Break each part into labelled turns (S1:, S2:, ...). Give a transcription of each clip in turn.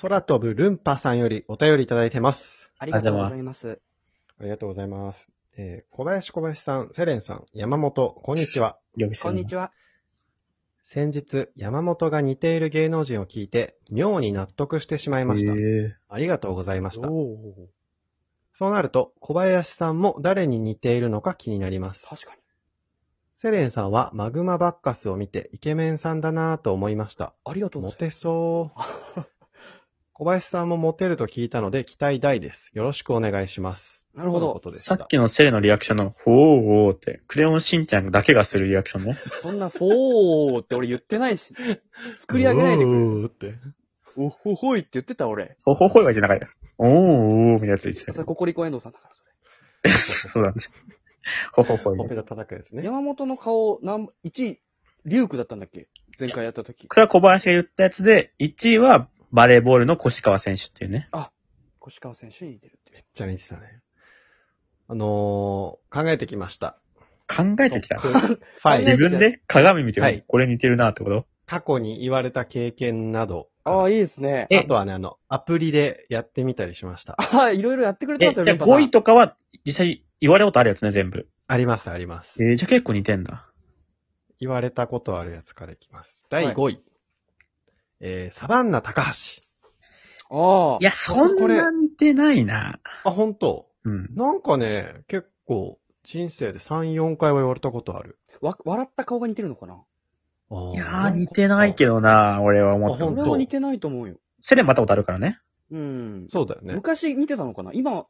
S1: 空飛ぶルンパさんよりお便りいただいてます。
S2: ありがとうござ
S3: あ
S2: い
S3: りがとうござい
S2: ま。
S3: ます
S1: ありがとうございます。えー小林小林さん、セレンさん、山本、こんにちは。
S3: 呼び捨
S2: こ
S3: て
S2: ん
S3: に
S2: にちは。
S1: 先日、山本が似ている芸能人を聞いて、妙に納得してしまいました。
S3: え
S1: ありがとうございました。
S2: お
S1: そうなると、小林さんも誰に似ているのか気になります。
S2: 確かに。
S1: セレンさんはマグマバッカスを見てイケメンさんだなぁと思いました。
S2: ありがとうご
S1: モ
S2: ざ
S1: テ
S2: い
S1: そう。
S2: ます。
S1: 小林さんもモテると聞いたので期待大です。よろしくお願いします。
S2: なるほ
S1: とのこ
S2: ど。
S1: とでした
S3: さっきのセレのリアクションの、ほーおーって、クレヨンしんちゃんだけがするリアクションね。
S2: そんな、フォーって俺言ってないし、作り上げないでくれ。
S1: うーって。
S2: おほほいって言ってた俺。
S3: ほほほいは言ってなかったよ。おーおーみたいなやつ言ってた
S2: それ
S3: よ。
S2: ココリコ遠藤さんだから、そ
S3: そうだね。ほほほい
S1: ほ。っぺた叩くです
S2: れ。
S1: ね。
S2: 山本の顔、なん、1位、リュウクだったんだっけ前回やった時。
S3: それは小林が言ったやつで、1位はバレーボールの越川選手っていうね。
S2: 越川選手に似てるっていう。
S1: じゃあ似てたね。あのー、考えてきました。
S3: 考えてきた。
S1: トップファイ
S2: 考
S1: ブ
S2: え
S3: 自分で鏡見て、
S1: はい
S3: これ似てるなってこと
S1: 過去に言われた経験など。
S2: あ
S1: あ
S2: あ、いいですね。
S3: え
S1: とはね、あの、アプリでやってみたりしました。
S2: ああ、いろいろやってくれたん
S3: え、
S2: です
S3: じ
S2: よ、
S3: ゃ
S2: ルンパ
S3: あ
S2: さん
S3: 5位とかは実際言われたことあるやつね、全部。
S1: あります、あります。
S3: えー、じゃあ結構似てんだ。
S1: 言われたことあるやつからいきます。
S2: はい
S1: 第5位。えー、サバンナ高橋。
S2: ああ。
S3: いや、そんな似てないな。
S1: あ、本当
S3: うん。
S1: なんかね、結構、人生で3、4回は言われたことある。
S2: わ、笑った顔が似てるのかな
S3: いやー、似てないけ。どな、俺は思っ
S1: あほ
S3: た
S1: ん。
S2: 俺は似てないと思うよ。
S3: セレンまたことあるからね。
S2: うん。
S1: そうだよね。
S2: 昔似てたのかな今、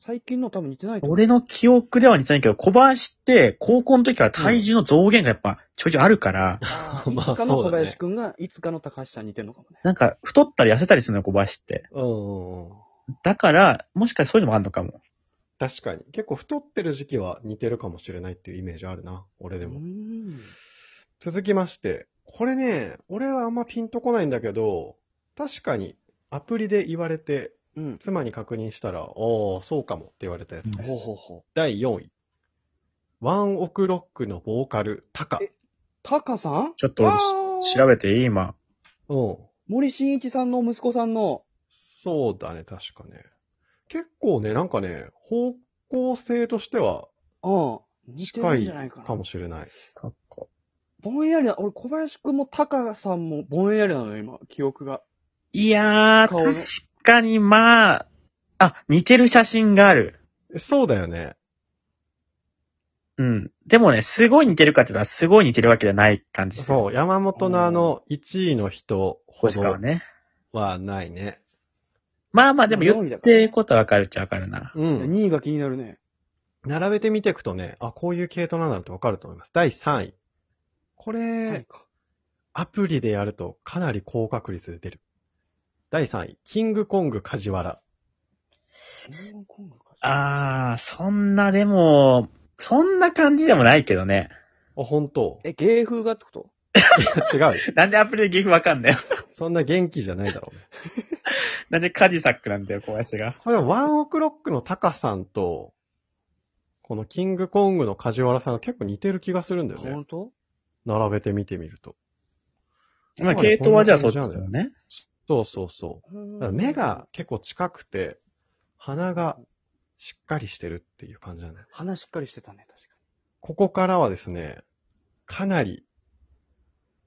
S2: 最近の多分似てないと思う。
S3: 俺の記憶では似てないけど、小林って高校の時から体重の増減がやっぱちょいちょいあるから、
S2: あ
S1: まあ
S2: ーいつかの
S1: そうだね
S2: 小林くんが、いつかの高橋さんに似てるのかもね。
S3: なんか太ったり痩せたりするのよ、小林って。
S1: うんうんうん。
S3: だから、もしかしてそういうのもあるのかも。
S1: 確かに。結構太ってる時期は似てるかもしれないっていうイメージあるな。俺で
S2: うー
S1: も。
S2: ん。
S1: 続きまして。これね、俺はあんまピンとこないんだけど、確かにアプリで言われて、
S2: うん。
S1: 妻に確認したら、おー、そうかもって言われたやつです。
S2: ほうほうほう。
S1: 第4位。ワンオクロックのボーカル、タカ。
S2: えタカさん
S3: ちょっと俺調
S2: べ。
S3: べていい今。
S1: うん。
S2: 森進一さんの息子さんの、
S1: そうだね、確かね。結構ね、なんかね、方向性としては
S2: うん。似て
S1: 近
S2: るん
S1: い
S2: じゃないか
S1: か
S2: な。
S1: もしれない。
S3: かっこ
S2: ぼんやりな、俺小林くんもタカさんもぼんやりなのよ、今、記憶が。
S3: いやー、
S2: 顔の
S3: 確かにまあ、あ、似てる写真がある。
S1: そうだよね。
S3: うん。でもね、すごい似てるかって言ったら、すごい似てるわけじゃない感じする。
S1: そう、山本のあの、1位の人ほ
S3: 星川
S1: ど
S3: ね。
S1: はないね。
S3: まあまあ、でも
S2: 四位
S3: 言
S2: だ
S3: っ
S2: から
S3: てることはわかるっちゃわかるな。
S1: うん。
S2: 2位が気になるね。
S1: 並べてみていくとね、あ、こういう系統なんだなってわかると思います。第3位。こ
S2: 3位
S1: れ、
S2: か。
S1: アプリでやるとかなり高確率で出る。第3位、キングコング梶原。
S2: うん今度か
S3: あー、そんなでも、そんな感じでもないけどね。
S1: あ、本当
S2: え、芸風がってこと
S1: いや違うよ。
S3: なんでアプリでギフわかんない
S1: そんな元気じゃないだろうね。
S3: なんでカジサックなんだよ、小林が。
S1: これはワンオクロックのタカさんと、このキングコングの梶原さんが結構似てる気がするんだよね。
S2: 本当
S1: 並べて見てみると。
S3: まあ、
S1: そうね
S3: 系統はじゃあそっちだよね。
S1: そうそうそう。だから目、が結構近くて、鼻がしっかりしてるっていう感じなんだよ。
S2: 鼻しっかりしてたね、確か
S1: ここからはですね、かなり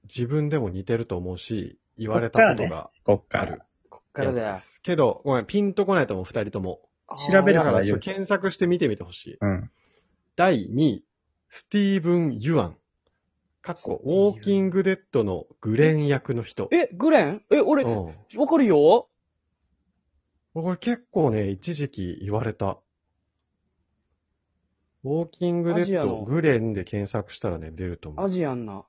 S1: 自分でも似てると思うし、言われたことが
S3: こっ
S1: あ
S3: か
S1: る
S3: ら。
S2: に。こっか
S1: や
S2: ら
S1: つ
S2: だよ
S1: で。す。けど、ごめん、ピンとこないと思う、二人とも。
S3: 調べる
S1: だ
S3: か
S1: からら
S3: 大
S1: ち
S3: 丈
S1: ょっ
S3: 夫
S1: と検索して見てみてほしい。
S3: うん。
S1: 第2位、スティーブン・ユアン。かっこ、ウォーキングデッドのグレン役の人。
S2: え、グレンえ、俺、
S1: うん。
S2: わかるよ
S1: これ結構ね、一時期言われた。ウォーキングデ
S2: アジ
S1: ッ
S2: ア
S1: ド
S2: の
S1: グレンで検索したらね、出ると思
S2: ア
S1: う。
S2: ジアンな。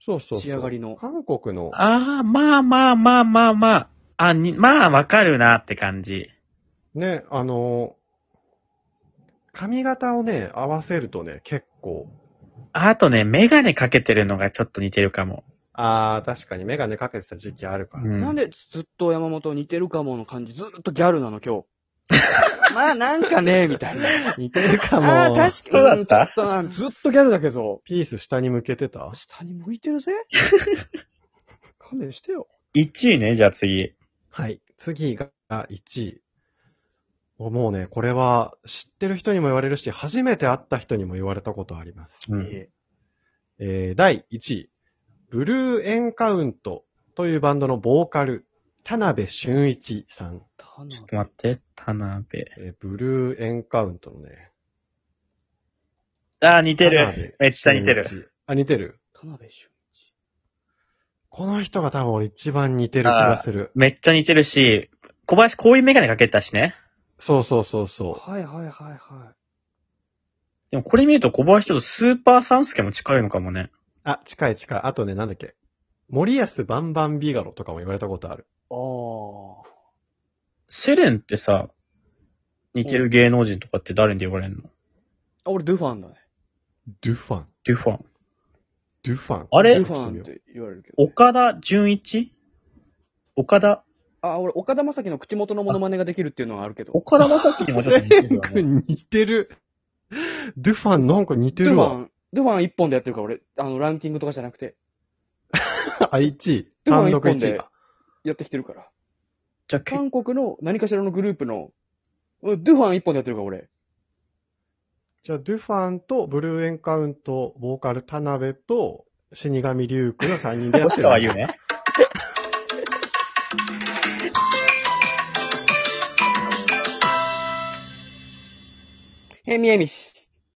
S1: そうそうそう。
S2: 仕上がりの
S1: 韓国の、
S3: ああ、まあまあまあまあまあ。あ、に、まあわかるなって感じ。
S1: ね、あの髪型をね、合わせるとね、結構。
S3: あとね、メガネかけてるのがちょっと似てるかも。
S1: あー、確かにメガネかけてた時期あるから。
S3: うん
S2: なんでずっと山本似てるかもの感じ、ずっとギャルなの、今日。 まあ、なんかね、みたいな。
S1: 似てるかも。
S2: ああ、確かに。
S3: そうだった
S2: うんちょっとなずっとギャルだけど。
S1: ピース下に向けてた
S2: 下に向いてるぜ勘弁してよ。
S3: 1位ね、じゃあ次。
S1: はい。次が1位。もうね、これは知ってる人にも言われるし、初めて会った人にも言われたことあります。
S3: うん。
S1: えー第1位。ブルーエンカウントというバンドのボーカル、田辺俊一さん。
S2: 田
S3: ちょっ
S2: 辺
S3: と待って、田辺。
S1: えーブルーエンカウントのね。
S3: あー、似て
S1: 田
S3: る
S1: 辺。
S3: めっちゃ似てる。
S1: 俊一。あ、似てる。
S2: 田辺俊一。
S1: この人が多分俺一番似てる気がする。
S3: めっちゃ似てるし、小林こういうメガネかけたしね。
S1: そうそうそうそう。
S2: はいはいはいはい。
S3: でもこれ見ると小林ちょっとスーパーサンスケも近いのかもね。
S1: あ、近い近い。あとね、なんだっけ。森安バンバンビガロとかも言われたことある。
S2: ああ。
S3: セレンってさ、似てる芸能人とかって誰に言われんの
S2: あ、俺ドゥファンだね。
S1: ドゥファン。
S3: デュファン。
S1: ドゥファン。
S3: あれ
S2: ドゥファンって言われるけど、
S3: 岡田純一岡田、
S2: あ、俺、岡田将生の口元のモノマネができるっていうのはあるけど。
S3: 岡田正樹にもちょっと似てるよ
S1: く
S3: ね。
S1: ん似てる。ドゥファンなんか似て
S2: ドゥ
S1: る
S2: フ
S1: わ
S2: ァ。ン、ドゥファン一本でやってるから、俺、あの、ランキングとかじゃなくて、
S1: あ、1位。
S2: ドゥファン
S1: 単独
S2: 一本
S1: 1
S2: で
S1: 位だ。
S2: やってきてるから。
S3: じゃあ結構
S2: 韓国の何かしらのグループの、うんドゥファン一本でやってるから、俺。
S1: じゃあ、ドゥファンとブルーエンカウント、ボーカル田辺と死神龍空の3人でやって
S3: 星
S1: る。
S3: 川優ね。
S2: ヘミエミシ。